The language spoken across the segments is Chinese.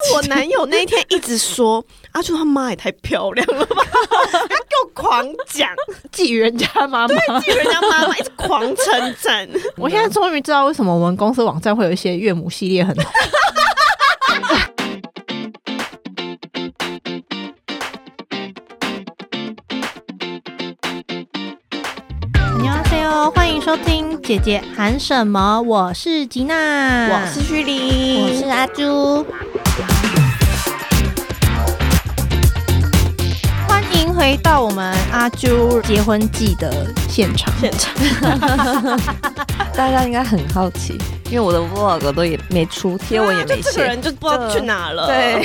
我男友那一天一直说，阿柱他妈也太漂亮了吧， 他给我狂讲，觊觎人家妈妈。记人家妈妈一直狂称赞。我现在终于知道为什么我们公司网站会有一些岳母系列 很红。안녕하세요，欢迎收听《姐姐喊什么》，我是吉娜，我是徐玲，我是阿朱。欢迎回到我们阿朱结婚季的现场。现场大家应该很好奇，因为我的 vlog 都也没出，贴文也没这个写。人就不知道去哪了，对，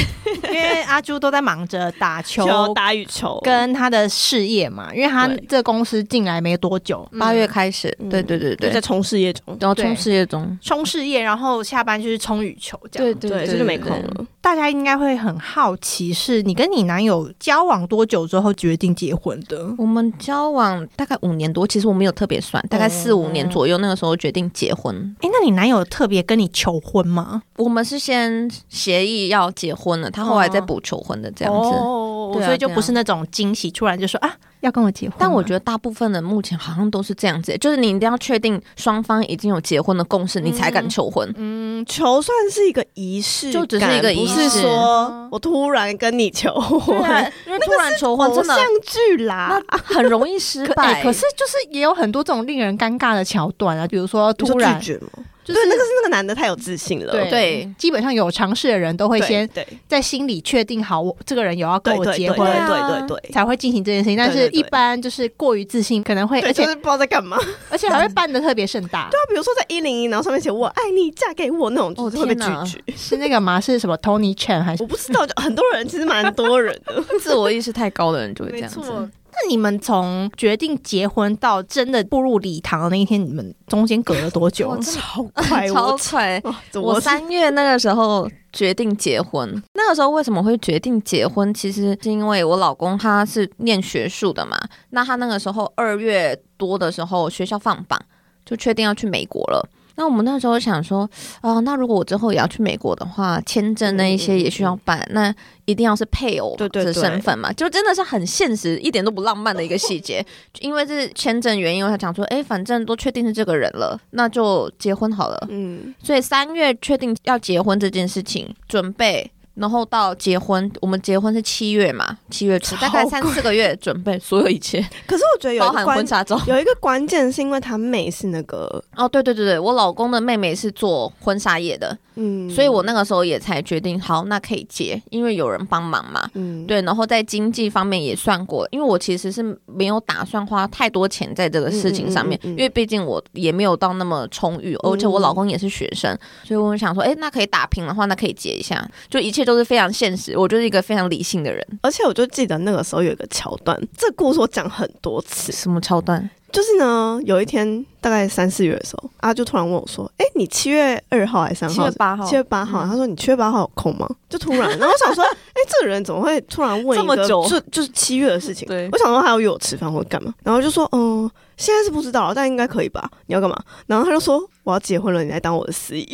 因为阿朱都在忙着打球球打羽球，跟他的事业嘛，因为他对这公司进来没多久，八月开始，嗯对对对就在对，冲事业中，然后冲对事业中，冲事业，然后下班就是冲羽球这样。对对，这就没空。了。大家应该会很好奇，是你跟你男友交往多久之后决定结婚的？我们交往大概五年多，其实我没有特别算，大概四五年左右，那个时候决定结婚。哎、那你男友特别跟你求婚吗？我们是先协议要结婚了，他后来再补求婚的这样子。哦对啊所以就不是那种惊喜，突然就说啊要跟我结婚。但我觉得，得大部分人目前好像都是这样子、就是你一定要确定双方已经有结婚的共识，你才敢求婚。嗯，球算是一个仪式感，就只是一个仪不是式说我突然跟你求对啊婚，因为突然求婚偶真的像剧啦，很容易失可、 败。诶可是就是也有很多这种令人尴尬的桥段啊，比如说 你说突然拒绝吗？就对，那个是那个男的太有自信了，对对基本上有尝试的人都会对先对在心里确定好，我这个人有要跟对我对结对婚，对对对对。才会进行这件事情。但对是对对一般就是过于自信，可 能会而对，就且是不知道在干嘛。对而且还会办的特别盛大。啊，比如说在一零一，然后上面写“我爱你，嫁给我”那种，就哦是会被拒天哪绝。是那个吗？是什么 Tony Chan 还是我？不知道，就 很多人其实蛮多人 的，自我意识太高的人就会这样没子错。那你们从决定结婚到真的步入礼堂的那一天，你们中间隔了多久哦？真超快超我快！哇我我 三月那个时候决定结婚，那个时候为什么会决定结婚？其实是因为我老公他是念学术的嘛，那他那个时候二月多的时候学校放榜，就确定要去美国了。那我们那时候想说，啊、那如果我之后也要去美国的话，签证那一些也需要办，那一定要是配偶嗯对对的对身份嘛，就真的是很现实，一点都不浪漫的一个细节。 就因为是签证原因，我才想说，哎，反正都确定是这个人了，那就结婚好了。嗯，所以三月确定要结婚这件事情，准备，然后到结婚，我们结婚是七月嘛，七月初，超大概三四个月准备所有一切，可是我觉得 有包一个含关婚纱照。有一个关键是因为他妹是那个，哦，对对对对，我老公的妹妹是做婚纱业的，嗯，所以我那个时候也才决定，好，那可以结，因为有人帮忙嘛。嗯，对，然后在经济方面也算过，因为我其实是没有打算花太多钱在这个事情上嗯面，嗯嗯嗯嗯嗯因为毕竟我也没有到那么充裕，而且我老公也是学生，所以我想说，哎，那可以打平的话，那可以结一下，就一切都是非常现实。我就是一个非常理性的人。而且我就记得那个时候有一个桥段，这个故事我讲很多次。什么桥段？就是呢，有一天大概三四月的时候，阿就突然问我说：“哎、你七月二号还是三号？八号七月八嗯号，他说你七月八号有空 吗？就突然，然后我想说，哎、这个人怎么会突然问一个这么久就就是七月的事情？对我想说他要约我吃饭或者干嘛，然后就说，嗯，现在是不知道，但应该可以吧？你要干嘛？然后他就说我要结婚了，你来当我的司 仪。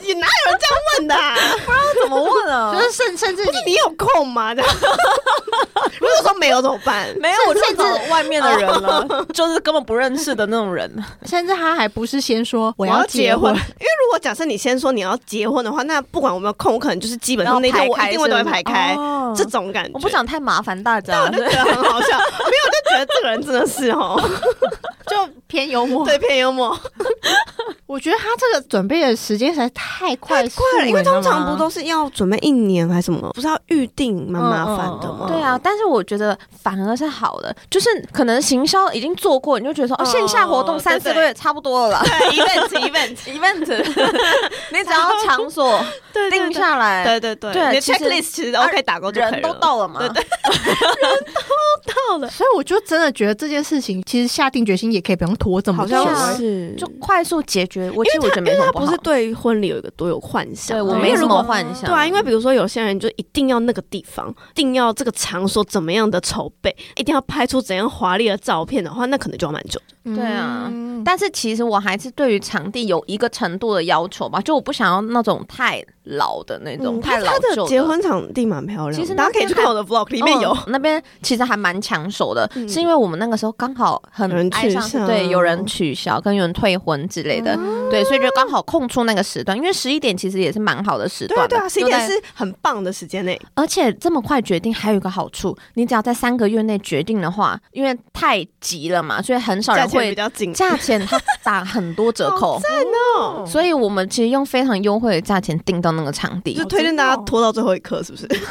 你哪有人这样问的、 啊？ 怎么问 啊就是甚甚至不是你有空吗？ 这样，如果说没有怎么办？没有，我就找外面的人 了，就是根本不认识的那种人。甚至他还不是先说我我要结婚，因为如果假设你先说你要结婚的话，那不管我没有空，我可能就是基本上然后那天我排开一定会都会是不是排开，哦这种感觉。我不想太麻烦大但家我，就觉得很好笑，没有，我就觉得这个人真的是哦， 就偏幽 默。对，偏幽 默，我觉得他这个准备的时间实在太快太速快啊了，因为你知道通常不吗都是要准备一年还是什么，不是要预定，蛮麻烦的嗯嗯吗？嗯对啊，但是我觉得反而是好的，就是可能行销已经做过，你就觉得说，哦，哦线下活动对三四个月差不多了啦 对，event event， ，event，你 只要场 所对定，下来，对对对，对你的其实 checklist 其实 OK 打勾就可以人都到了嘛对，到了，所以我就真的觉得这件事情，其实下定决心也可以不用拖这么好久。对啊像是 就快速解觉得我其实我觉得没什么他不好是。对婚礼有一个多有幻想，对我因没为什如么果幻想，对啊，因为比如说有些人就一定要那个地方，一定要这个场所怎么样的筹备，一定要拍出怎样华丽的照片的话，那可能就要蛮久。对啊嗯但是其实我还是对于场地有一个程度的要求吧，就我不想要那种太老的那种，太他老他嗯旧的结婚场地蛮漂亮的，其实那大家可以去看我的 vlog，里面有。嗯那边其实还蛮抢手的，嗯是因为我们那个时候刚好很有人爱上取消对，有人取消，跟有人退婚之类的，嗯对，所以就刚好空出那个时段，因为十一点其实也是蛮好的时对段啊的，对啊，十一就在点是很棒的时间 内，而且这么快决定，还有一个好处，你只要在三个月内决定的话，因为太急了嘛，所以很少价人钱比会 较紧。价钱它打很多折扣 好，赞哦！所以我们其实用非常优惠的价钱订到那个场地就。推荐哦大家拖到最后一刻，是不是？其实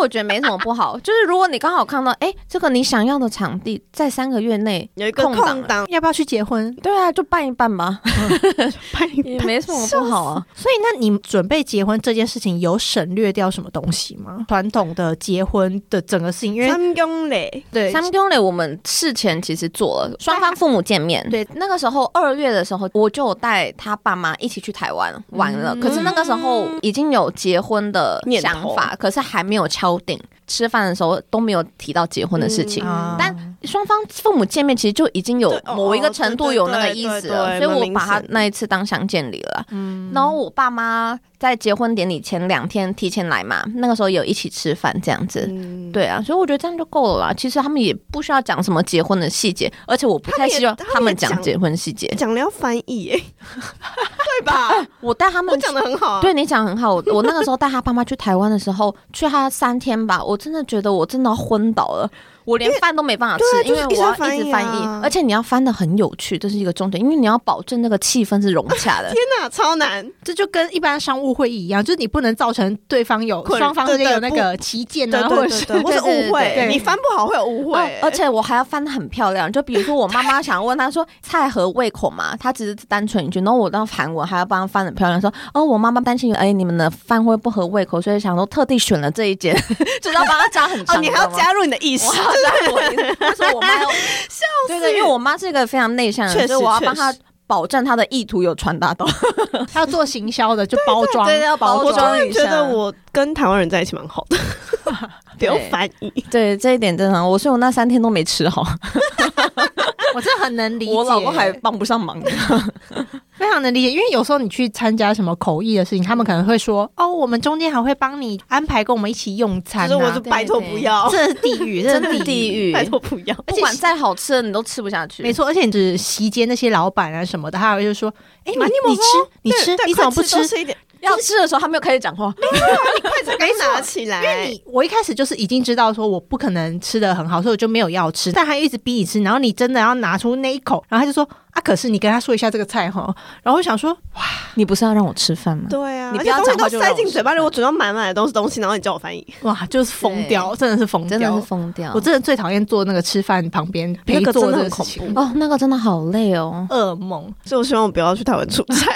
我觉得没什么不好，就是如果你刚好看到，哎、这个你想要的场地在三个月内有一个空档 空了档，要不要去结婚？对啊，就办一办吧，拍一也拍没什么不好 啊。所以，那你准备结婚这件事情有省略掉什么东西吗？传统的结婚的整个事情，因为三公嘞，对三公嘞，我们事前其实做了，双方父母见面。对，那个时候二月的时候，我就有带他爸妈一起去台湾玩了。可是那个时候已经有结婚的念头想法，可是还没有敲定。吃饭的时候都没有提到结婚的事情。啊但双方父母见面其实就已经有对哦某一个程度有那个意思了，对对对对所以蛮我明把他显的那一次当相见礼了。然后我爸妈在结婚典礼前两天提前来嘛，那个时候有一起吃饭这样子。嗯，对啊，所以我觉得这样就够了啦。其实他们也不需要讲什么结婚的细节，而且我不太希望他他们们也讲结婚细节。讲了要翻译 耶，对吧？我带他我们，讲的很好啊，对你讲很好。我我那个时候带他爸妈去台湾的时候，去他三天吧，我真的觉得我真的要昏倒了，我连饭都没办法吃，因因为为对啊我就是一直翻要一直译翻译，啊而且你要翻的很有趣，这是一个重点，因为你要保证那个气氛是融 洽的。天哪，超难！这就跟一般商务会议一样，就是你不能造成对方有困双方之间有那对对个旗舰对啊，或对者对是对，或是对对误会对，你翻不好会有误会哦，而且我还要翻的很漂亮，就比如说我妈妈想问他说菜合胃口嘛，他只是单纯一句，然后我当韩文还要帮他翻的漂亮，说哦，我妈妈担心哎你们的饭会不合胃口，所以想说特地选了这一间， 就是要帮他加很哦，长，你还要知道吗。加入你的意识 我， 还要加我的意思，那时候我妈要笑死，对对，因为我妈是一个非常内向的人，确实所以我要帮确实她保证她的意图有传达到，他要做行销的，就包装，对对 要包我突装然一觉下得我跟台湾人在一起蛮好 的， 不用翻译。对这一点真的，我所以我那三天都没吃好，我真的很能理解。我老公还帮不上 忙，非常能理解，因为有时候你去参加什么口译的事情，他们可能会说：“哦，我们中间还会帮你安排跟我们一起用可餐、是我就哦啊。拜托不要， 这是地狱，这真是的地狱。狱，拜托不要。不管再好吃的你都吃不下去，没错，而且你只是席间那些老板啊什么的，他还会就说：“哎、妈你你有没有你吃说，你吃对，对你怎么不快吃哎多吃一点？要吃的时候他没有开始讲话，筷子刚拿起来，因为？”我一开始就是已经知道说我不可能吃的很好，所以我就没有要吃，但他一直逼你吃，然后你真的要拿出那一口，然后他就说：“啊，可是你跟他说一下这个菜哈。”然后我想说，你不是要让我吃饭吗？对啊，而你不且要东西讲话都就塞让我进吃嘴巴里，我嘴上满满的都是东西，然后你叫我翻译，哇，就是疯掉，真的是疯真的掉是。疯掉。我真的最讨厌做那个吃饭旁边嗯陪那个坐真的这很个事恐情。怖。哦，那个真的好累哦。噩梦。 所以我希望我不要去台湾出差。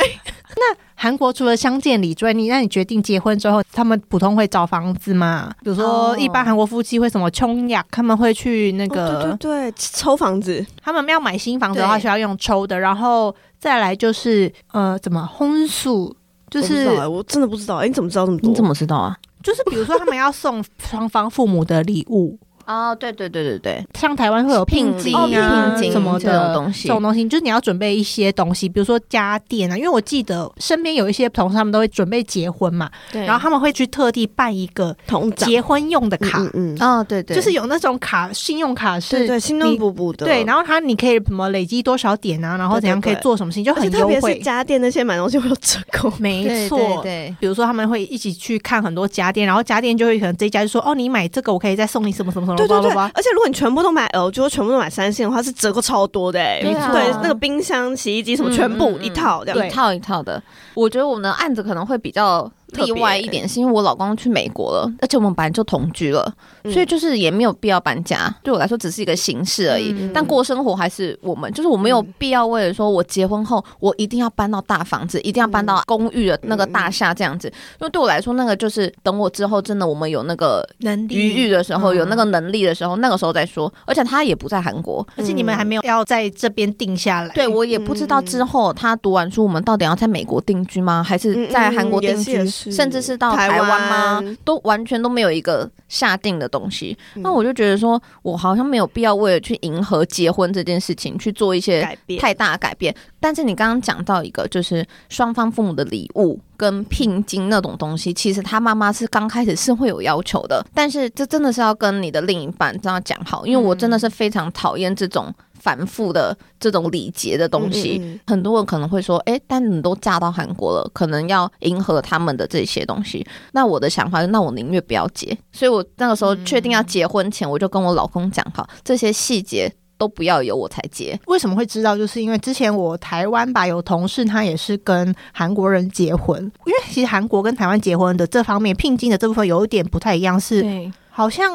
韩国除了相见礼之外，你那你决定结婚之后，他们普通会找房子吗？比如哦说，一般韩国夫妻会什么冲呀，他们会去 那个，哦对对对，抽房子，他们要买新房子的话对需要用抽的，然后再来就是呃，怎么婚数，就我不知是道欸我真的不知道欸，你怎么知道这么多？你怎么知道啊？就是比如说他们要送双方父母的礼物，哦，对对对对对，像台湾会有聘金聘礼哦啊、聘金什么这种的东西这种东西就是你要准备一些东西，比如说家电啊，因为我记得身边有一些同事他们都会准备结婚嘛，对然后他们会去特地办一个同长结婚用的嗯卡，嗯嗯，哦，对对，就是有那种卡，信用卡是对对，心动你补补的，对然后它你可以什么累积多少点啊，然后对对怎样可以对做什么事情，就而且很特优别是惠。家电那些买东西会有折 扣，没对错，对对。比如说他们会一起去看很多家电，然后家电就会可能这一家就说哦，你买这个我可以再送你什么什么什么，对对叭对叭叭，而且如果你全部都买呃 LG，或全部都买三星的话，是折扣超多的欸，没错对，那个冰箱、洗衣机什么嗯全部嗯嗯一套这样，对一套一套的，我觉得我们的案子可能会比较特别例外一点，是因为我老公去美国了，而且我们本来就同居了，嗯所以就是也没有必要搬家。对我来说，只是一个形式而已。嗯但过生活还是我们，就是我没有必要为了说我结婚后我一定要搬到大房子，一定要搬到公寓的那个大厦这样子。因为对我来说，那个就是等我之后真的我们有那个能力余裕的时候，嗯有那个能力的时候，那个时候再说。而且他也不在韩国，而且嗯你们还没有要在这边定下来。对我也不知道之后他读完书，我们到底要在美国定居吗？还是在韩国嗯定嗯居，嗯也是也是甚至是到台湾吗？台湾都完全都没有一个下定的东西。嗯那我就觉得说，我好像没有必要为了去迎合结婚这件事情去做一些改变，太大的改变。但是你刚刚讲到一个，就是双方父母的礼物跟聘金那种东西，其实他妈妈是刚开始是会有要求的，但是这真的是要跟你的另一半这样讲好，因为我真嗯的是非常讨厌这种反复的这种礼节的东西。嗯嗯很多人可能会说，诶，但你都嫁到韩国了，可能要迎合他们的这些东西。那我的想法是，那我宁愿不要结。所以我那个时候确定要结婚前，我就跟我老公讲好，这些细节都不要有我才结。为什么会知道？就是因为之前我台湾吧有同事，他也是跟韩国人结婚，因为其实韩国跟台湾结婚的这方面聘金的这部分有一点不太一样，是对，好像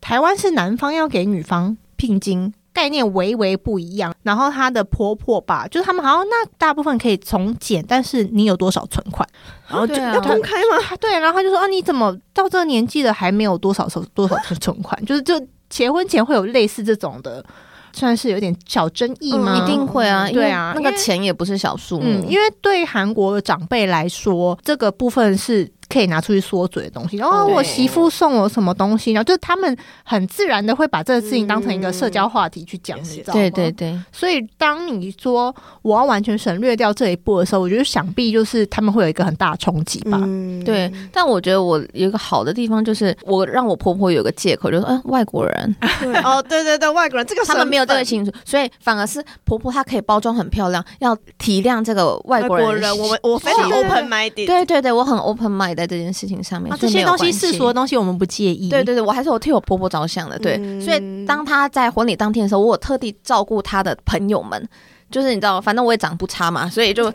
台湾是男方要给女方聘金。概念微微不一样，然后她的婆婆吧，就是他们好像那大部分可以从简，但是你有多少存款？然后就对啊要公开吗？她对，然后她就 说啊，你怎么到这个年纪了还没有多少存多少存存款？就是就结婚前会有类似这种的，算是有点小争议吗？一定会啊，因为对啊那因个为钱也不是小数目，嗯，因为为对韩国的长辈来说，这个部分是可以拿出去说嘴的东西。然后对我媳妇送我什么东西，然后就是他们很自然的会把这个事情当成一个社交话题去讲，嗯你知道吗？对对。对，所以当你说我要完全省略掉这一步的时候，我觉得想必就是他们会有一个很大的冲击吧。嗯，对，但我觉得我有一个好的地方就是，我让我婆婆有个借口，就是嗯、外国人，啊对哦，对对对，外国人这个他们没有这个身份清楚，所以反而是婆婆她可以包装很漂亮，要体谅这个外外国国人。人，我们我非常对对对 open minded，对对对，我很 open mind 在这件事情上面，啊，所这以些没有东西关系世俗的。东西我们不介意。对对对，我还是有替我婆婆着想的，对，嗯所以当她在婚礼当天的时候，我有特地照顾她的朋友们，就是你知道，反正我也长不差嘛，所以就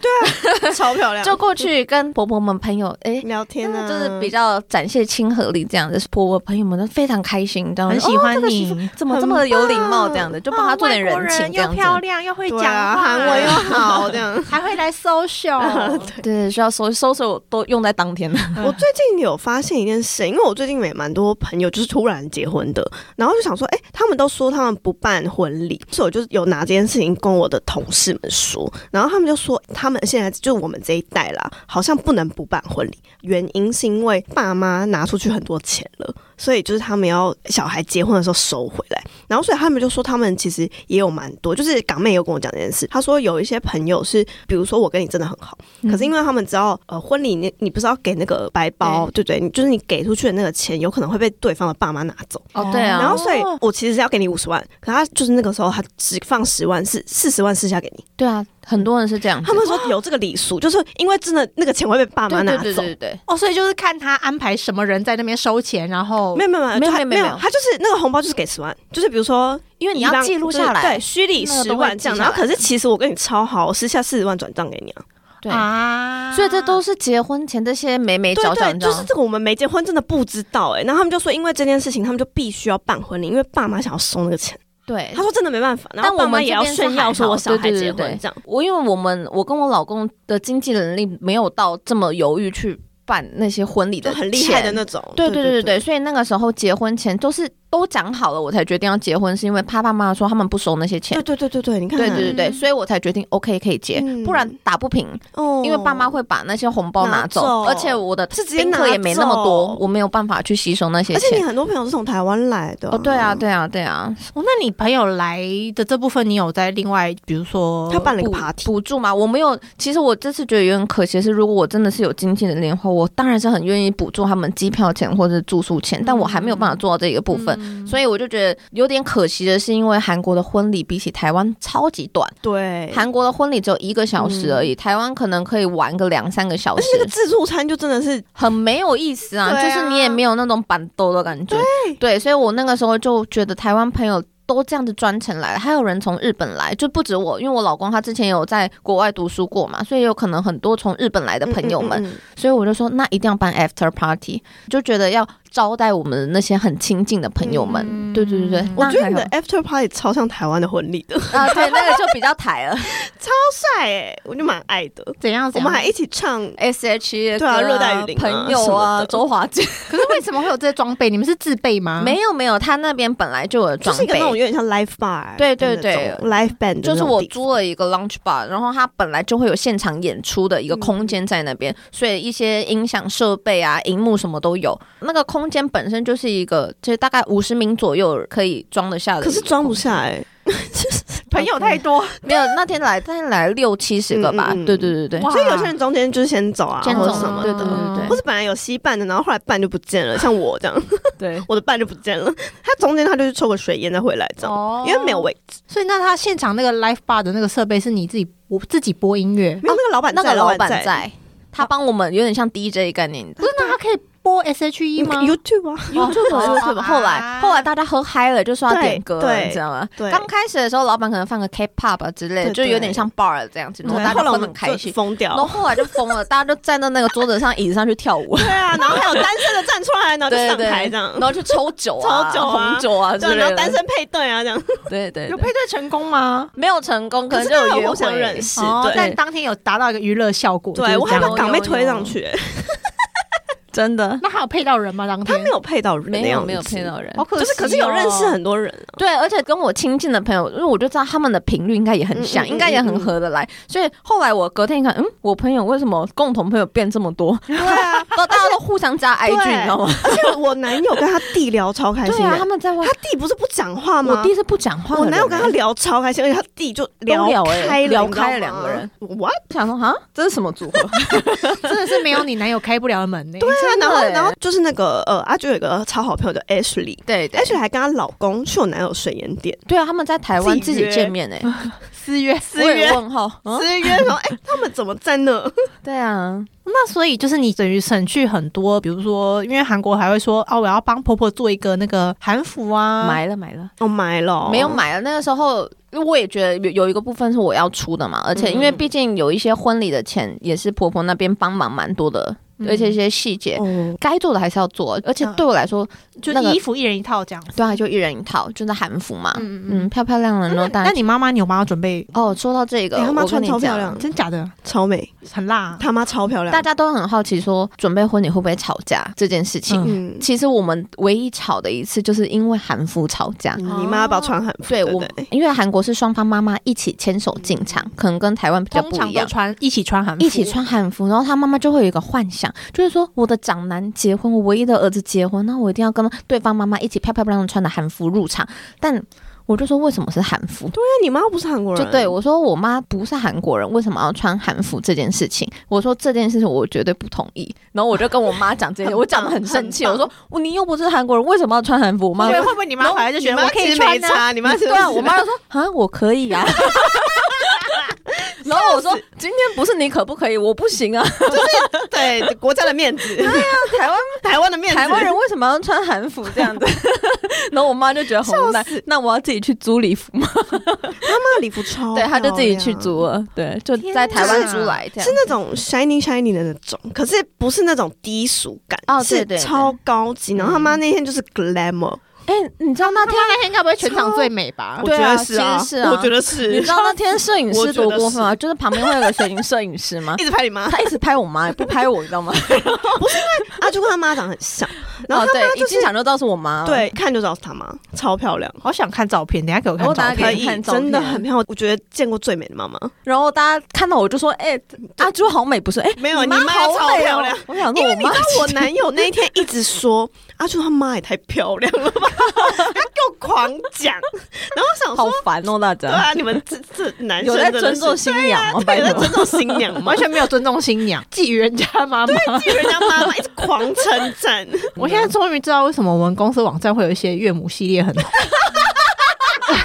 超漂啊亮，就过去跟婆婆们朋友，哎、聊天啊，就是比较展现亲和力这样子，婆婆朋友们都非常开心，这样很子喜哦欢这个媳你，妇怎么这么有礼貌这样的，就帮她做点人情这样子。亮又会对啊，韩文 又好这 样。还会来 social，对，需要收收手都用在当天的。我最近有发现一件事，因为我最近也蛮多朋友就是突然结婚的，然后就想说，哎、他们都说他们不办婚礼，所以我就有拿这件事情跟我的同事们说，然后他们就说，他们现在就我们这一代啦，好像不能不办婚礼，原因是因为爸妈拿出去很多钱了，所以就是他们要小孩结婚的时候收回来，然后所以他们就说他们其实也有蛮多，就是港妹有跟我讲这件事，她说有一些朋友是，比如说我跟你真的很好。可是因为他们知道，呃，婚礼你你不是要给那个白包，对不对？你就是你给出去的那个钱，有可能会被对方的爸妈拿走。哦，对啊，然后，所以我其实是要给你五十万，可他就是那个时候他只放十万，是四十万私下给你。对啊，很多人是这样子他。们说有这个礼数，就是因为真的那个钱会被爸妈对拿对走。对对对，哦，所以就是看他安排什么人在那边收钱，然后没有没有没没有，有没有没没有有，他就是那个红包就是给十万，就是比如说因为你一要般记录就是下来对，，虚拟那个十都会万记这样。下然后来可是其实我跟你超好，我私下四十万转账给你啊。对。啊所以这都是结婚前这些眉眉对角角，对，你知就道是吗？这个我们没结婚真的不知道哎、然后他们就说，因为这件事情，他们就必须要办婚礼，因为爸妈想要收那个钱。对他，说真的没办法，然哎但后我爸妈们也这要边是炫耀还说好我小对孩结对对对婚这样。我因为我们我跟我老公的经济能力没有到这么犹豫去办那些婚礼就的很厉害的钱那种，对对对对对，所以那个时候结婚前都是都讲好了，我才决定要结婚，是因为怕爸妈说他们不收那些钱对。对对对对，你看对看，对对对，嗯所以我才决定 OK 可以结，嗯不然打不平，哦因为爸妈，会把那些红包拿拿走而且我的是直接宾客拿也没那么多走，我没有办法去吸收那些而且你钱。很多朋友是从台湾来的，哦，对啊，，对啊，对啊，哦，那你朋友来的这部分，你有在另外，比如说他办了一个补 party，补助嘛，我没有。其实我这次觉得有点可惜的是，如果我真的是有经济能力的话，我当然是很愿意补助他们机票钱或者是住宿钱，但我还没有办法做到这个部分，所以我就觉得有点可惜的是，因为韩国的婚礼比起台湾超级短，对，韩国的婚礼只有一个小时而已，台湾可能可以玩个两三个小而时且，那 个自助餐就真的是嗯很没有意思啊，对啊就是你也没有那种板豆的感觉。对，所以我那个时候就觉得台湾朋友都这样子专程来，还有人从日本来，就不止我，因为我老公他之前有在国外读书过嘛，所以有可能很多从日本来的朋友们，嗯嗯嗯所以我就说那一定要办 after party，就觉得要招待我们的那些很亲近的朋友们。嗯对对对对，我那觉得还你有的 after party 超像台湾的婚礼 的，啊，对，那个就比较台了帅哎、我就蛮爱的。怎样？我怎样们还一起唱， ，S H E 对啊热带雨林啊朋友什么啊，的啊周华健。可是为什么会有这些装备？你们是自备吗？没有没有，他那边本来就有就装是一个备那。种有点像 live bar，对对对，live band，的就是那种我地租了一个 lounge bar，然后它本来就会有现场演出的一嗯个空间在那边，所以一些音响设备啊、荧幕什么都有。那个空间本身就是一个，就是大概五十名左右可以装得下的。可是装不下，哎、 朋友太多，没有那天来，那天来六七十个吧。嗯嗯嗯对对对对，哇所以有些人中间就是先走啊，先或走者什么对的，对对对或者本来有吸伴的，然后后来伴就不见了，像我这样，对。我的伴就不见了。他中间他就去抽个水烟再回来这样，哦因为没有位置，所以那他现场那个 live bar 的那个设备是你自己我自己播音乐，没有那个老板在，那个老板板在，他帮我们有点像 DJ 概念。不是？那他可以播 S H E 吗？ ，YouTube 啊， YouTube 哦 YouTube，后来后来大家喝嗨了，就说要点歌了，对你知道吗？对刚开始的时候，老板可能放个 K-pop 啊之类的，对就有点像 bar 这样子，对然哦后大后家来都我很们开就心。疯然后掉。后来就疯了，大家就站在那个桌子上、椅子上去 跳舞，对啊，然后还有单身的站出来，然后就对上对，台这样然，后去抽酒啊、抽酒啊红酒啊之对，类然的。后单身配对啊这样。对对有对配对成功吗？没有成功，可能是就他有有约互相会认识，哦，对但当天有达到一个娱乐效果，对，我还还把有港妹有推有上去，欸真的哦那还有配到人吗？当他天没有配到人，没有没有骗，到人好。可惜哦，就是可是有认识很多人啊，对，而且跟我亲近的朋友，因为我就知道他们的频率应该也很像，嗯嗯嗯应该也很合得来，所以后来我隔天一看，嗯，我朋友为什么共同朋友变这么多？对啊， 都大家都互相加 IG，你知道吗？ 而且我男友跟他弟聊超开心对啊，的，他们在外他，弟不是不讲话吗？我弟是不讲话的我人欸，男友跟他聊超开心，而且他弟就都聊欸开了，聊你知道开了吗两个人。 哇，想说啊，这是什么组合？ 真的是没有你男友开不了的门呢。对对啊，真的然后欸然后就是那个呃，阿就有一个超好朋友叫 Ashley。 对 Ashley 还跟她老公去我男友水烟店，对啊，他们在台湾自自己己约见面哎，四月我约也问号，嗯私约说：“ 哎、他们怎么在 那？对啊，那所以就是你等于省去很多，比如说，因为韩国还会说哦，我要帮婆婆做一个那个韩服啊，买了买了，我哦买了，没有买了。那个时候，因为我也觉得有有一个部分是我要出的嘛，而且因为毕竟有一些婚礼的钱也是婆婆那边帮忙蛮多的，嗯而且一些细节哦，该做的还是要做，而且对我来说，就那个衣服一人一套这样子。对啊，就一人一套，就是韩服嘛，嗯嗯，漂漂亮亮的，然后大那家。你妈妈，你有帮她准备？哦，说到这个，欸他妈我跟穿你超漂讲亮，真假的？超美，很辣啊，他妈超漂亮。大家都很好奇说，准备婚礼会不会吵架这件事情。嗯，其实我们唯一吵的一次，就是因为韩服吵架。你妈要不要穿韩服？对嗯对我不对，因为韩国是双方妈妈一起牵手进场，可能跟台湾比较通不常一都样。穿一起穿韩服，一起穿韩服，然后他妈妈就会有一个幻想，就是说我的长男结婚，我唯一的儿子结婚，那我一定要跟对方妈妈一起漂漂亮亮穿的韩服入场。但我就说为什么是韩服？对啊，你妈又不是韩国就人，对我说我妈不是韩国人，为什么要穿韩服这件事情？我说这件事情我绝对不同意。然后我就跟我妈讲这 些，很我讲的棒很生气，很我棒说我你又不是韩国人，为什么要穿韩服？我妈对，说会不会你妈回来就觉得我可以你妈穿其实没呢？差，你妈是 对啊，我妈就说啊，我可以啊。 然后我说今天不是你可不可以，我不行啊。 对国家的面子，对啊，台湾 台湾的面子，台湾人为什么要穿韩服这样子？ 然后我妈就觉得很无奈，那我要自己去租礼服嘛？他妈的礼服超，对，她就自己去啊租。了，对，就在台湾租来这样是。那种 shiny shiny 的那种，可是不是那种低俗感，哦对是对对超高级。然后他妈那天就是 glamour，哎，你知道那那天天，那天该不会全场最美吧我？对觉啊得是啊，其实是啊我觉得你是知，道那天摄影师多过我觉得分吗？是就是旁边会有个摄影摄影师吗 ？一直拍你 妈，他一直拍我妈，也不拍我，你知 道吗？啊，就跟他妈长很像，然然后后他妈对，一就是进场就知道是我 妈。，对看就知道是他妈，超漂亮。好想看照片，等一下给我看我打照给可片。以看，照片真的很漂亮。我觉得见过最美的妈妈，然后大家看到我就说：“哎，阿朱好美，不是？哎，没有你妈你妈好超美漂哦亮。我想说，因为我你知妈道 我男友那一天一直说，阿朱他妈也太漂亮了 吧，他给我狂讲，然后我想好说，烦哦，大对家啊，你们这这男生有在真的尊是重新娘对，吗？啊拜在托尊重新娘 嘛，完全没有尊重新娘，觊觎人家妈妈。记人家妈妈一直狂称 赞，我现在终于知道为什么我们公司网站会有一些岳母系列很红。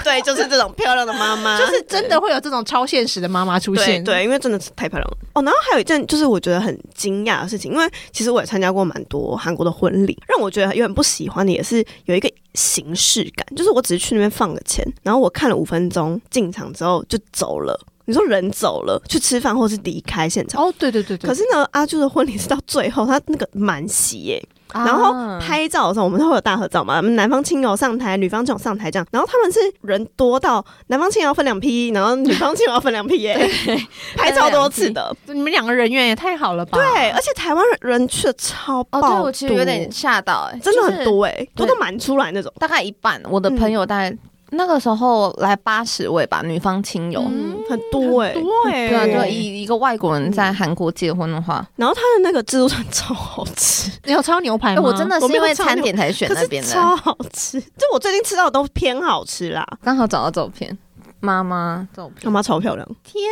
对，就是这种漂亮的妈妈，就是真的会有这种超现实的妈妈出对现。对，因为真的是太漂亮了哦。然后还有一件就是我觉得很惊讶的事情，因为其实我也参加过蛮多韩国的婚礼，让我觉得有点不喜欢的也是有一个形式感，就是我只是去那边放个钱，然后我看了五分钟，进场之后就走了。你说人走了去吃饭或是离开现场，哦，对对对对。可是呢，阿朱的婚礼是到最后，他那个满席耶，然后啊拍照的时候，我们都会有大合照嘛，我们男方亲友上台，女方亲友上台这样。然后他们是人多到男方亲友要分两批，然后女方亲友要分两批 耶、 拍超多次的。你们两个人缘也太好了吧？对，而且台湾人去的超爆哦，多，对我其实有点吓到、欸，真的很就是多哎、多到满出来那种。大概一半。我的嗯朋友大概、那个时候来八十位吧，女方亲友。嗯嗯，很多哎、很多欸对啊，很多就欸以一个外国人在韩国结婚的话，然后他的那个自助餐超好吃，你有超牛排哎、吗？我真的是我没因有为超餐牛点才选可那是边的，超好吃。就我最近吃到的都偏好吃啦，刚好找到照片，妈妈照片。他妈超漂亮，天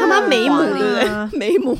他妈眉母毛哇对不 对？眉毛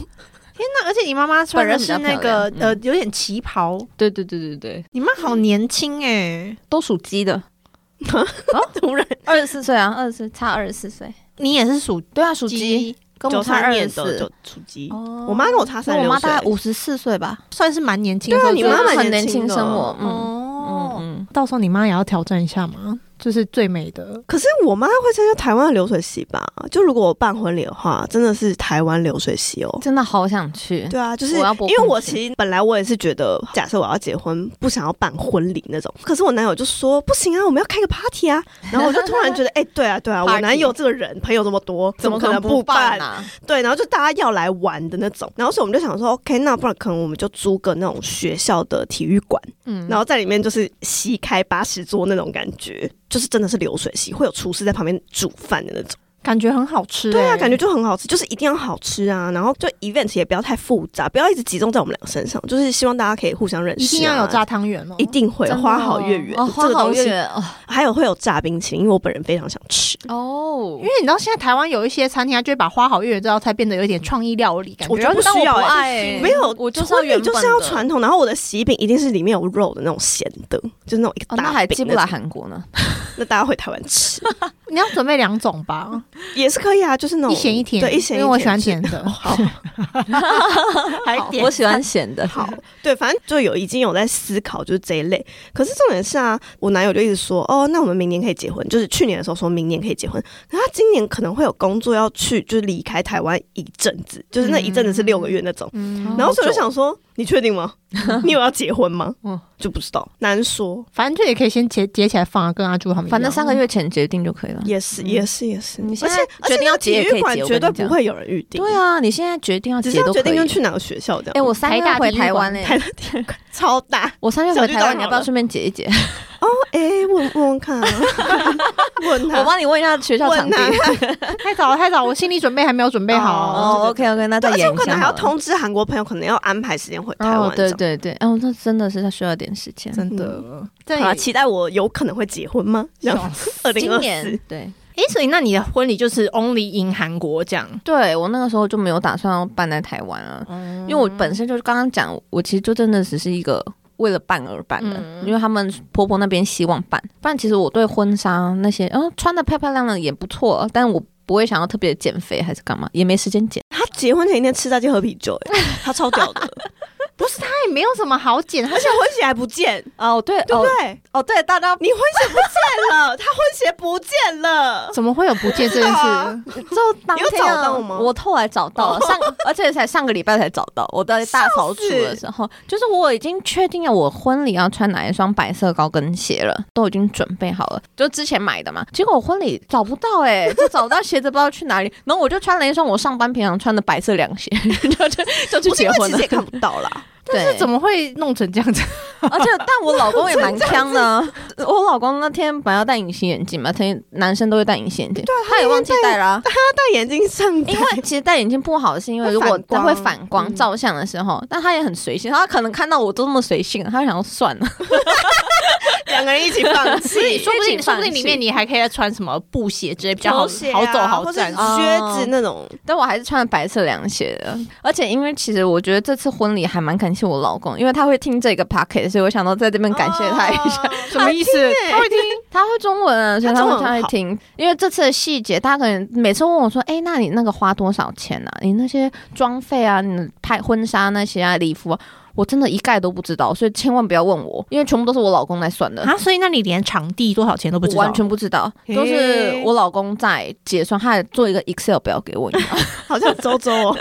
天哪！而且你妈妈穿的是那个本人比较漂亮呃，有点旗袍。对对对对对，你妈好年轻哎、都属鸡的，哦 突然二十四岁啊，二十四差二十四岁。你也是属对啊，属鸡，鸡，跟九我差三二年十的就四。出击。哦我妈跟我差三我六妈岁大概，五十四岁吧。算是蛮年轻的时候对就。啊你妈就是蛮很年年轻轻的生我，嗯哦嗯，嗯，到时候你妈也要挑战一下嘛，就是最美的。可是我妈会参加台湾的流水席吧？就如果我办婚礼的话，真的是台湾流水席哦。真的好想去。对啊，就是我要因拨为空我间其实本来我也是觉得，假设我要结婚，不想要办婚礼那种。可是我男友就说不行啊，我们要开个 party 啊。然后我就突然觉 得，哎、对啊，对啊，我 Party 男友这个人朋友这么多，怎么可能不啊办啊呢？对，然后就大家要来玩的那种。然后所以我们就想说，OK，那不然可能我们就租个那种学校的体育馆。嗯，然后在里面就是席开八十桌那种感觉，就是真的是流水席，会有厨师在旁边煮饭的那种。感觉很好吃、对啊，欸感觉就很好吃，就是一定要好吃啊。然后就 event 也不要太复杂，不要一直集中在我们俩身上，就是希望大家可以互相认识、啊一定要有炸，汤圆哦，一定会真的花哦好月圆、哦，花好月这个东西，圆哦还有会有炸冰淇淋，因为我本人非常想吃。哦因为。你知道现在台湾有一些餐厅，它就会把花好月圆这道菜变得有点创意料理感我觉。觉得不但需我要、不欸。爱欸，没有，我就是要婚礼原就是本要的传统，然后我的喜饼一定是里面有肉的那种咸的，就是那种一个哦，大饼那种、那还寄不来韩国呢？ 那大家回台湾吃你要准备两种吧，也是可以啊，就是那种 一咸一甜，对，一咸一甜，因为我喜欢甜 的。好，还好点哦我喜欢咸的。好，对，反正就有已经有在思考，就是这一类。可是重点是啊，我男友就一直说，哦，那我们明年可以结婚，就是去年的时候说明年可以结婚，然后他今年可能会有工作要去，就是离开台湾一阵子，就是那一阵子是六个月那种。嗯，然后所以我就想说，你确定吗？你有要结婚吗嗯？就不知道，难说。反正就也可以先结结起来放啊，跟阿朱他们一样。 反正三个月前决定就可以了。也是，嗯也是，也是。你而现在且而且决定要那结也体可以育馆结我绝跟对你不讲会有人预定，对，啊，你现在决定要只是结要都决可定以要。去哪个学校这哎，样。我三台月大回体育馆台湾呢，欸台大体育馆超 大，我三月小回巨台蛋湾，你要不好要了顺便结一结？哦，哎、问问问看、 啊，问他， 我帮你问一下学校场问啊地他。。嗯太早了，太早了，我心理准备还没有准备好。哦，OK OK，那对再而且演我一可能下还好要了。通知韩国朋友，可能要安排时间回台哦湾，这对样。对对，哎，我那真的是要需要点时间。真的，嗯这好啦，也期待我有可能会结婚吗？然后二零今二年四，对诶，所以那你的婚礼就是 only in 韩国这样？对，我那个时候就没有打算要办在台湾了，嗯因为我本身就是刚刚讲，我其实就真的只是一个为了办而办的，嗯因为他们婆婆那边希望办，不然其实我对婚纱那些，嗯、穿的漂漂亮亮也不错，但我不会想要特别减肥还是干嘛，也没时间减。他结婚前一天吃炸鸡喝啤酒、欸，他超屌 的，那也没有什么好减，它而且婚鞋还不见，哦，对，对不哦对？哦对，大家你婚鞋不见了，他婚鞋不见了， 怎么会有不见 这件不知道啊事？就当天啊你有找到吗我后来找 到了，上而且才上个礼拜才找到。我在大扫除的时候，就是我已经确定了我婚礼要穿哪一双白色高跟鞋了，都已经准备好了，就之前买的嘛。结果我婚礼找不到哎、就找不到鞋子，不知道去哪里。然后我就穿了一双我上班平常穿的白色凉鞋， 就就就去不是因结为婚其了实也。看不到 啦。对，怎么会弄成这样子？而且，但我老公也蛮呛的啊。 我老公那天本来要戴隐形眼镜嘛，他男生都会戴隐形眼镜，他也忘记戴了啊、戴眼镜上台， 因为其实戴眼镜不好，是因为如果它会会反光反光嗯照 相的时候，但他也很随性，他可能看到我都那么随性，他就想要算了，两两个人一起放 弃说不一定起说放不定里弃面你还可以再穿什么布鞋之类比较好球鞋啊好走好或者 站是。啊靴子那种，但我还是穿了白色凉鞋的，而且因为其实我觉得这次婚礼还蛮感谢我老公，因为他会听这个 p o c k e t 所以我想到在这边感谢他一下。 哦。什么意思？他会听 欸他会中文啊，所以他他中文会他会好听。因为这次的细节，他可能每次问我说：“哎、那你那个花多少钱啊？你那些装费啊，你拍婚纱那些啊，礼服、啊，我真的一概都不知道，所以千万不要问我，因为全部都是我老公来算的。” 啊？所以那你连场地多少钱都不知我道？完全不知道，嘿都是我老公在结算，他还做一个 Excel 表给我一样。好像周周 哦，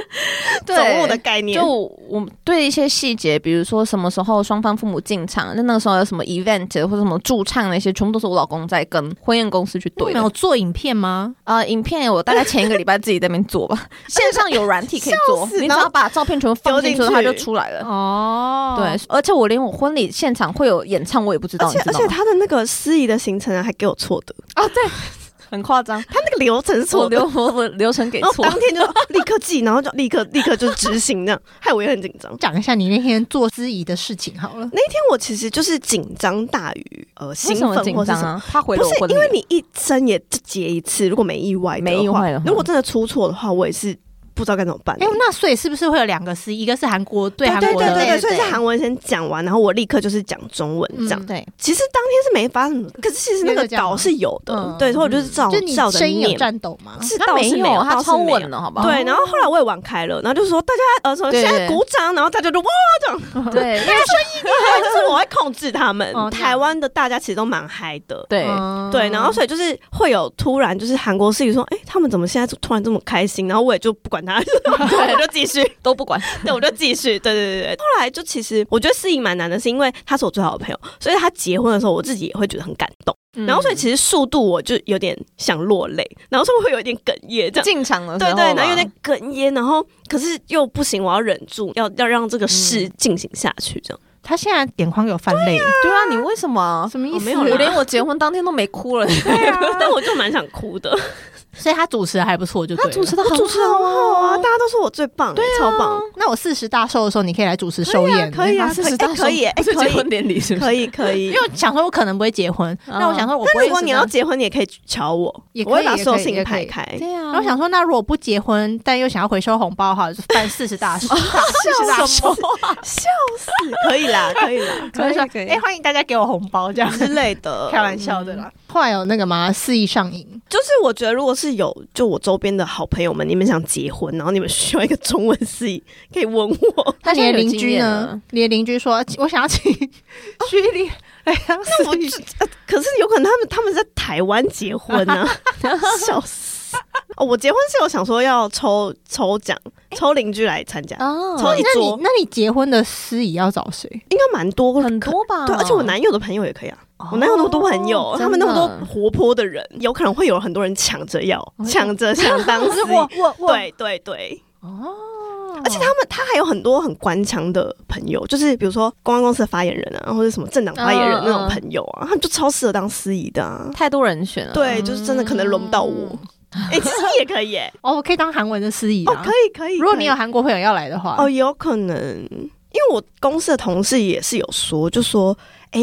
对走路的概念就。我们对一些细节，比如说什么时候双方父母进场，那那个时候有什么 event 或者什么驻唱那些，全部都是我老公在跟婚宴公司去对，对没的有。做影片吗？呃，影片我大概前一个礼拜自己在那边做 吧，线上有软体可以做，死你只然后要把照片全部放进去，丢进去它就出来了。哦对，，而且我连我婚礼现场会有演唱，我也不知 道，而你且知而道且吗？他的那个司仪的行程啊，还给我错的，啊，对， 很夸张，哦他那个流程是 我错的，哦流我我流程给然后 错了当。天就立刻记，然后就立刻立刻就执行那样，害我也很紧张。讲一下你那天做司仪的事情好了。那一天我其实就是紧张大于呃兴为什么奋紧或是张什么。啊？他回不了是我婚礼因为你一生也就结一次，如果没意外的话没意外的话如果真的出错的话，我也是不知道该怎么办。哎、那所以是不是会有两个司仪？一个是韩国对韩对国对的，对对，所以是对韩文先讲完，然后我立刻就是讲中文这样。嗯对，其实当天是没发生什么，可是其实那个那个这样吗稿是有的，嗯对，所以我就是照、就你照着声音有念。颤抖吗？是他倒没是没有，他倒是超没有稳的，好不好？ 对，然后后来我也玩开了，然后就说大家呃，从对现在鼓掌，然后大家就哇这样，对，因为对，就是我会控制他们哦。这样台湾的大家其实都蛮嗨的，对，嗯对，然后所以就是会有突然就是韩国司仪说，哎，他们怎么现在突然这么开心？然后我也就不管他，我就继续，都不管。 对，我就继续，对对对对。后来就其实我觉得司仪蛮难的，是因为他是我最好的朋友，所以他结婚的时候我自己也会觉得很感动。嗯然后所以其实速度我就有点想落泪，然后所以我会有一点哽咽这样。进场的时对候啊对，然吧后啊有点哽咽，然后可是又不行，我要忍住，要要让这个事进行下去，这样。他现在眼眶有泛泪，对啊，你为什么？啊什么意哦思？没有啦我连我结婚当天都没哭 了。 但我就蛮想哭的。所以他主持的还不错，就对了。的我主持得很好 啊，大家都说我最棒，对、啊超棒。那我四十大寿的时候，你可以来主持寿宴，可以啊哎四十大寿可以哎不是可以结婚典礼是不 是？可以可以因为。我想说我可能不会结婚，哦嗯那我想说我不那会。如果你要，结婚，你也可以瞧我，也可以我会把所有也可事以情排开。对啊然后想嗯说那如果不结婚，但又想要回收红包，哈，就办四十大寿，四十大寿， 笑死， 可以啦，可以啦所啊以说可以可以哎，欢迎大家给我红包这样。之类的。 嗯开玩笑的啦，嗯后来有那个嘛，肆意上瘾，就是我觉得，如果是有就我周边的好朋友们，你们想结婚，然后你们需要一个中文司仪，可以问我。那他你现在的有邻经居验呢了？你的邻居说，我想要请 徐丽来当那我司仪，就呃可是有可能他们他们在台湾结婚 呢、笑死！哦，我结婚是有想说要抽抽奖，抽邻居来参加，啊抽一哦那桌你那你结婚的司仪要找谁？应该蛮多很可。多吧？对，而嗯且我男友的朋友也可以啊，我男友那么多朋友，哦他们那么真多的活泼的人，有可能会有很多人抢着要，抢 着想当司哦是仪。我我我，对对对，哦，而且他们他还有很多很官腔的朋友，就是比如说公关公司的发言人啊，或者什么政党发言人那种朋友啊，嗯他们就超适合当司仪的啊。太多人选了。对，就是真的可能轮不到我。哎、其实也可以 耶、哦，我可以当韩文的司仪哦，嗯啊，可以可以。如果你有可韩国朋友要来的话，以哦，有可能，因为我公司的同事也是有说，就说，哎、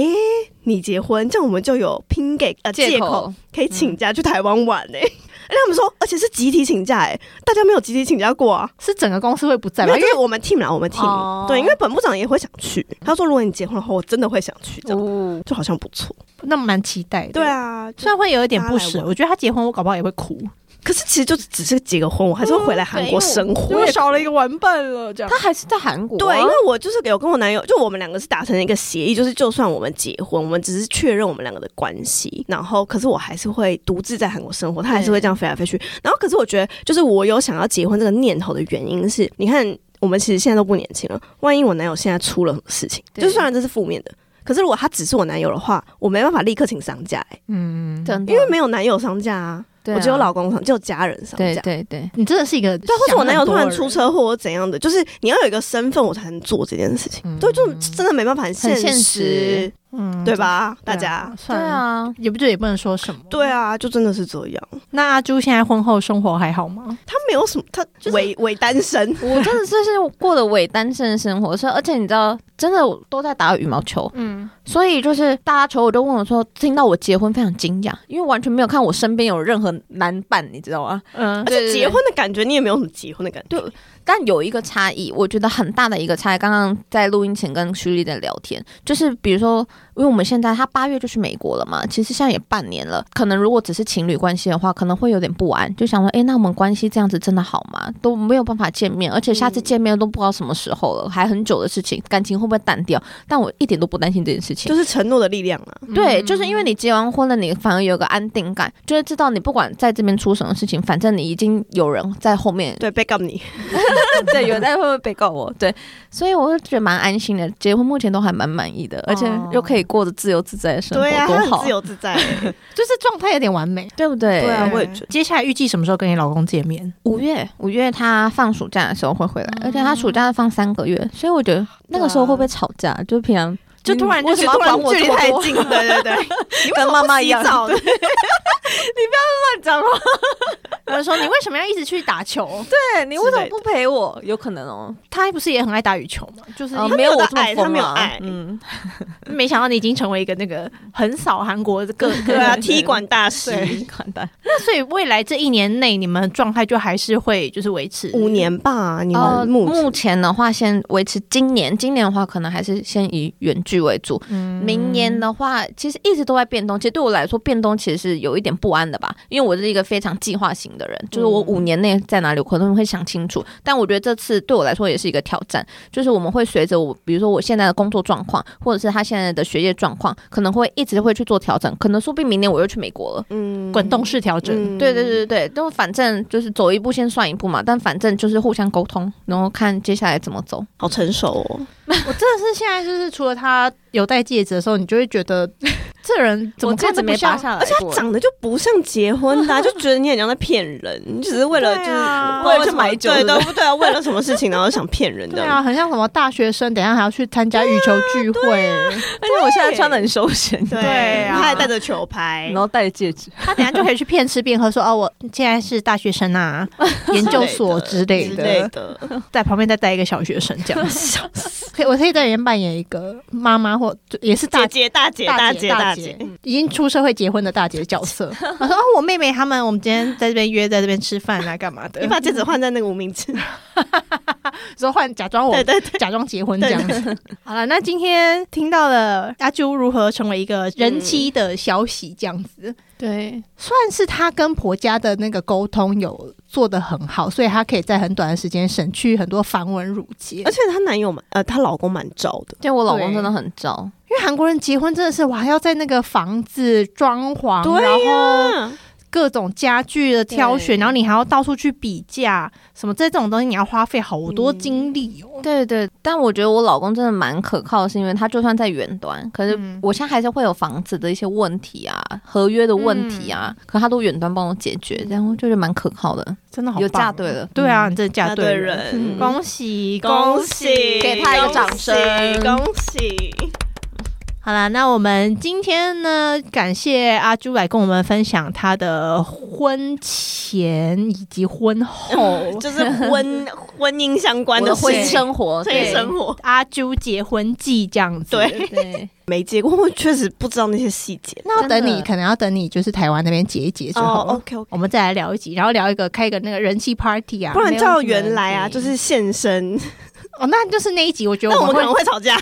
你结婚，这样我们就有拼给呃借借口口可以请假去台湾 玩呢、而且他们说，而且是集体请假哎、大家没有集体请假过啊。是整个公司会不在没有，吧？因就为是我们 team 啦，我们 team、哦对，因为本部长也会想去。他说，如果你结婚的话，我真的会想去，这样、哦，就好像不错。那蛮期待的。对，啊，虽然会有一点不大家来舍，玩我觉得他结婚，我搞不好也会哭，可是其实就只是结个婚，我还是会回来韩国生活。少了一个玩伴了。这样他还是在韩国啊。对，因为我就是有跟我男友，就我们两个是达成了一个协议，就是就算我们结婚，我们只是确认我们两个的关系，然后可是我还是会独自在韩国生活，他还是会这样飞来飞去。然后可是我觉得，就是我有想要结婚这个念头的原因是，你看我们其实现在都不年轻了，万一我男友现在出了什么事情，对就虽然这是负面的。可是如果他只是我男友的话，我没办法立刻请丧假、欸，嗯，真的，因为没有男友丧假啊，对啊我只有老公丧，只有家人丧对假。对对，你真的是一个对，或是我男友突然想很多出人，车祸或怎样的，就是你要有一个身份，我才能做这件事情。对，就真的没办法，很嗯很现实实。嗯对？吧？对大啊家，对算了，啊，也不就也不能说什么。对啊，就真的是这样。那阿朱现在婚后生活还好吗？他没有什么，他是伪伪单身，我真的是是过的伪单身的生活，是而且你知道，真的我都在打羽毛球，嗯，所以就是大家求我都问我说，听到我结婚非常惊讶，因为完全没有看我身边有任何男伴，你知道吗？嗯而对对且结婚的感觉你也没有什么结婚的感觉。对但有一个差异，我觉得很大的一个差异。刚刚在录音前跟徐丽在聊天，就是比如说，因为我们现在他八月就去美国了嘛，其实现在也半年了。可能如果只是情侣关系的话，可能会有点不安，就想说，诶，那我们关系这样子真的好吗？都没有办法见面，而且下次见面都不知道什么时候了，还很久的事情，感情会不会淡掉？但我一点都不担心这件事情。就是承诺的力量啊，嗯对，就是因为你结完婚了，你反而有个安定感，就是知道你不管在这边出什么事情，反正你已经有人在后面对，back up 你， 对，有在会不会被告我？对，所以我就觉得蛮安心的。结婚目前都还蛮满意的，而且哦又可以过着自由自在的生活，对啊，多他好很自，由自 在。就是状态有点完美。对不对？对啊，我也觉得。接下来预计什么时候跟你老公见面？五月五月他放暑假的时候会回来，而且他暑假放三个月，所以我觉得那个时候会不啊会吵架？就平常就突然就为觉什得么要管我距这离么太多？近，对对对， 你为什 跟么妈不妈洗一样澡呢讲有人说你为什么要一直去打球？对，对你为什之么类不陪我？有可能哦， 他不是也很爱打羽球吗？就是呃哦没有有我到这么爱他疯没有啊爱嗯，没想到你已经成为一个那个横扫韩国各 对各啊，踢馆大师对，完蛋。那所以未来这一年内，你们状态就还是会就是维持五年吧，你呃，们目前目前的话，先维持今年，今年的话可能还是先以远距为主。嗯明年的话，其实一直都在变动。其实对我来说，变动其实是有一点不安的吧，因为我是一个非常计划型的人，就是嗯我五年内在哪里，我可能会想清楚。但我觉得这次对我来说也是一个挑战，就是我们会随着我，比如说我现在的工作状况，或者是他现在的学业状况，可能会一直会去做调整。可能说不定明年我又去美国了。嗯滚动式调整，嗯对对对对，都反正就是走一步先算一步嘛，但反正就是互相沟通，然后看接下来怎么走。好成熟哦， 我真的是现在就是除了他有戴戒指的时候，你就会觉得 这人怎么我戒看指都没不拔像。下来过，而且他长得就不像结婚的啊，就觉得你很像在骗人，你只是为了就对啊是为了去买酒对对不对对啊，为了什么事情然后想骗人对的，啊，很像什么大学生，等一下还要去参加羽球聚会。而且我现在穿的很休闲，对啊他还带着球拍然，后戴戒指，他等一下就可以去骗吃骗喝，说哦， 我现在是大学生 啊，研究所之类之类的，的，在旁边再带一个小学生这样子。 可以，我可以在里面扮演一个妈妈或也是大姐姐大姐大姐嗯大大姐，已经出社会结婚的大姐 角色。我说哦，我妹妹他们，我们今天在这边约，在这边吃饭啊，干嘛的 你？把戒指换在那个无名指，说换假装我 对对对，假装结婚这样子。 好了，那今天听到了阿朱如何成为一个人妻的消息，这样嗯子、对，算是她跟婆家的那个沟通有做得很好，所以她可以在很短的时间省去很多繁文缛节。而且她男友蛮呃，她老公蛮招的，对我老公真的很糟，因为韩国人结婚真的是哇，要在那个房子装潢，对然后嗯，各种家具的挑选，对然后你还要到处去比价，什么这种东西你要花费好多精力哦。对对，但我觉得我老公真的蛮可靠，是因为他就算在远端，可是嗯我现在还是会有房子的一些问题啊、合约的问题啊，可他都远端帮我解决，这样我觉得蛮可靠的，真嗯的好棒嗯有嫁对了，嗯对啊，你真的嫁嫁对对人，人，恭喜恭喜，给她一个恭掌声喜恭喜。好啦，那我们今天呢，感谢阿朱来跟我们分享她的婚前以及婚 后就是婚婚姻相关我的的婚事情生活，婚姻对生活。阿朱结婚记这样子。对，对，没结过婚，确实不知道那些哦细节。那要等真你，的可能要等你就是台湾那边结一结之后。 ，OK OK，我们再来聊一集，然后聊一个开一个那个人气 party 啊，不然照原来没啊，有什就么是现身，哦，那就是那一集，我觉得但我我们们可会能会吵架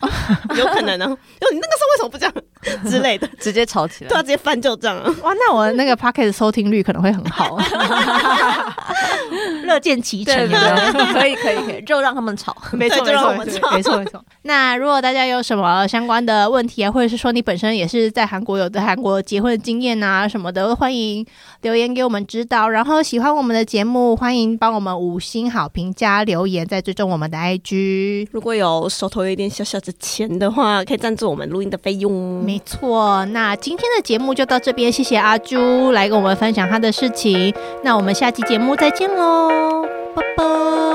有可能呢。哦就你那个时候为什么不这样之类的，直接吵起来对啊，。直接翻旧账啊。哇，那我那个 podcast 收听率可能会很好， 乐见其成对有没对有。对， 可以可以可以，就让他们吵。没错，对就没让错，我没们错，没错，没错。那如果大家有什么相关的问题啊，或者是说你本身也是在韩国有的韩国结婚的经验啊什么的，欢迎留言给我们知道。然后喜欢我们的节目，欢迎帮我们五星好评加留言，再追踪我们的 IG。如果有手头有一点小小的钱的话，可以赞助我们录音的费用。没错，那今天的节目就到这边，谢谢阿朱来跟我们分享他的事情，那我们下期节目再见喽，拜拜。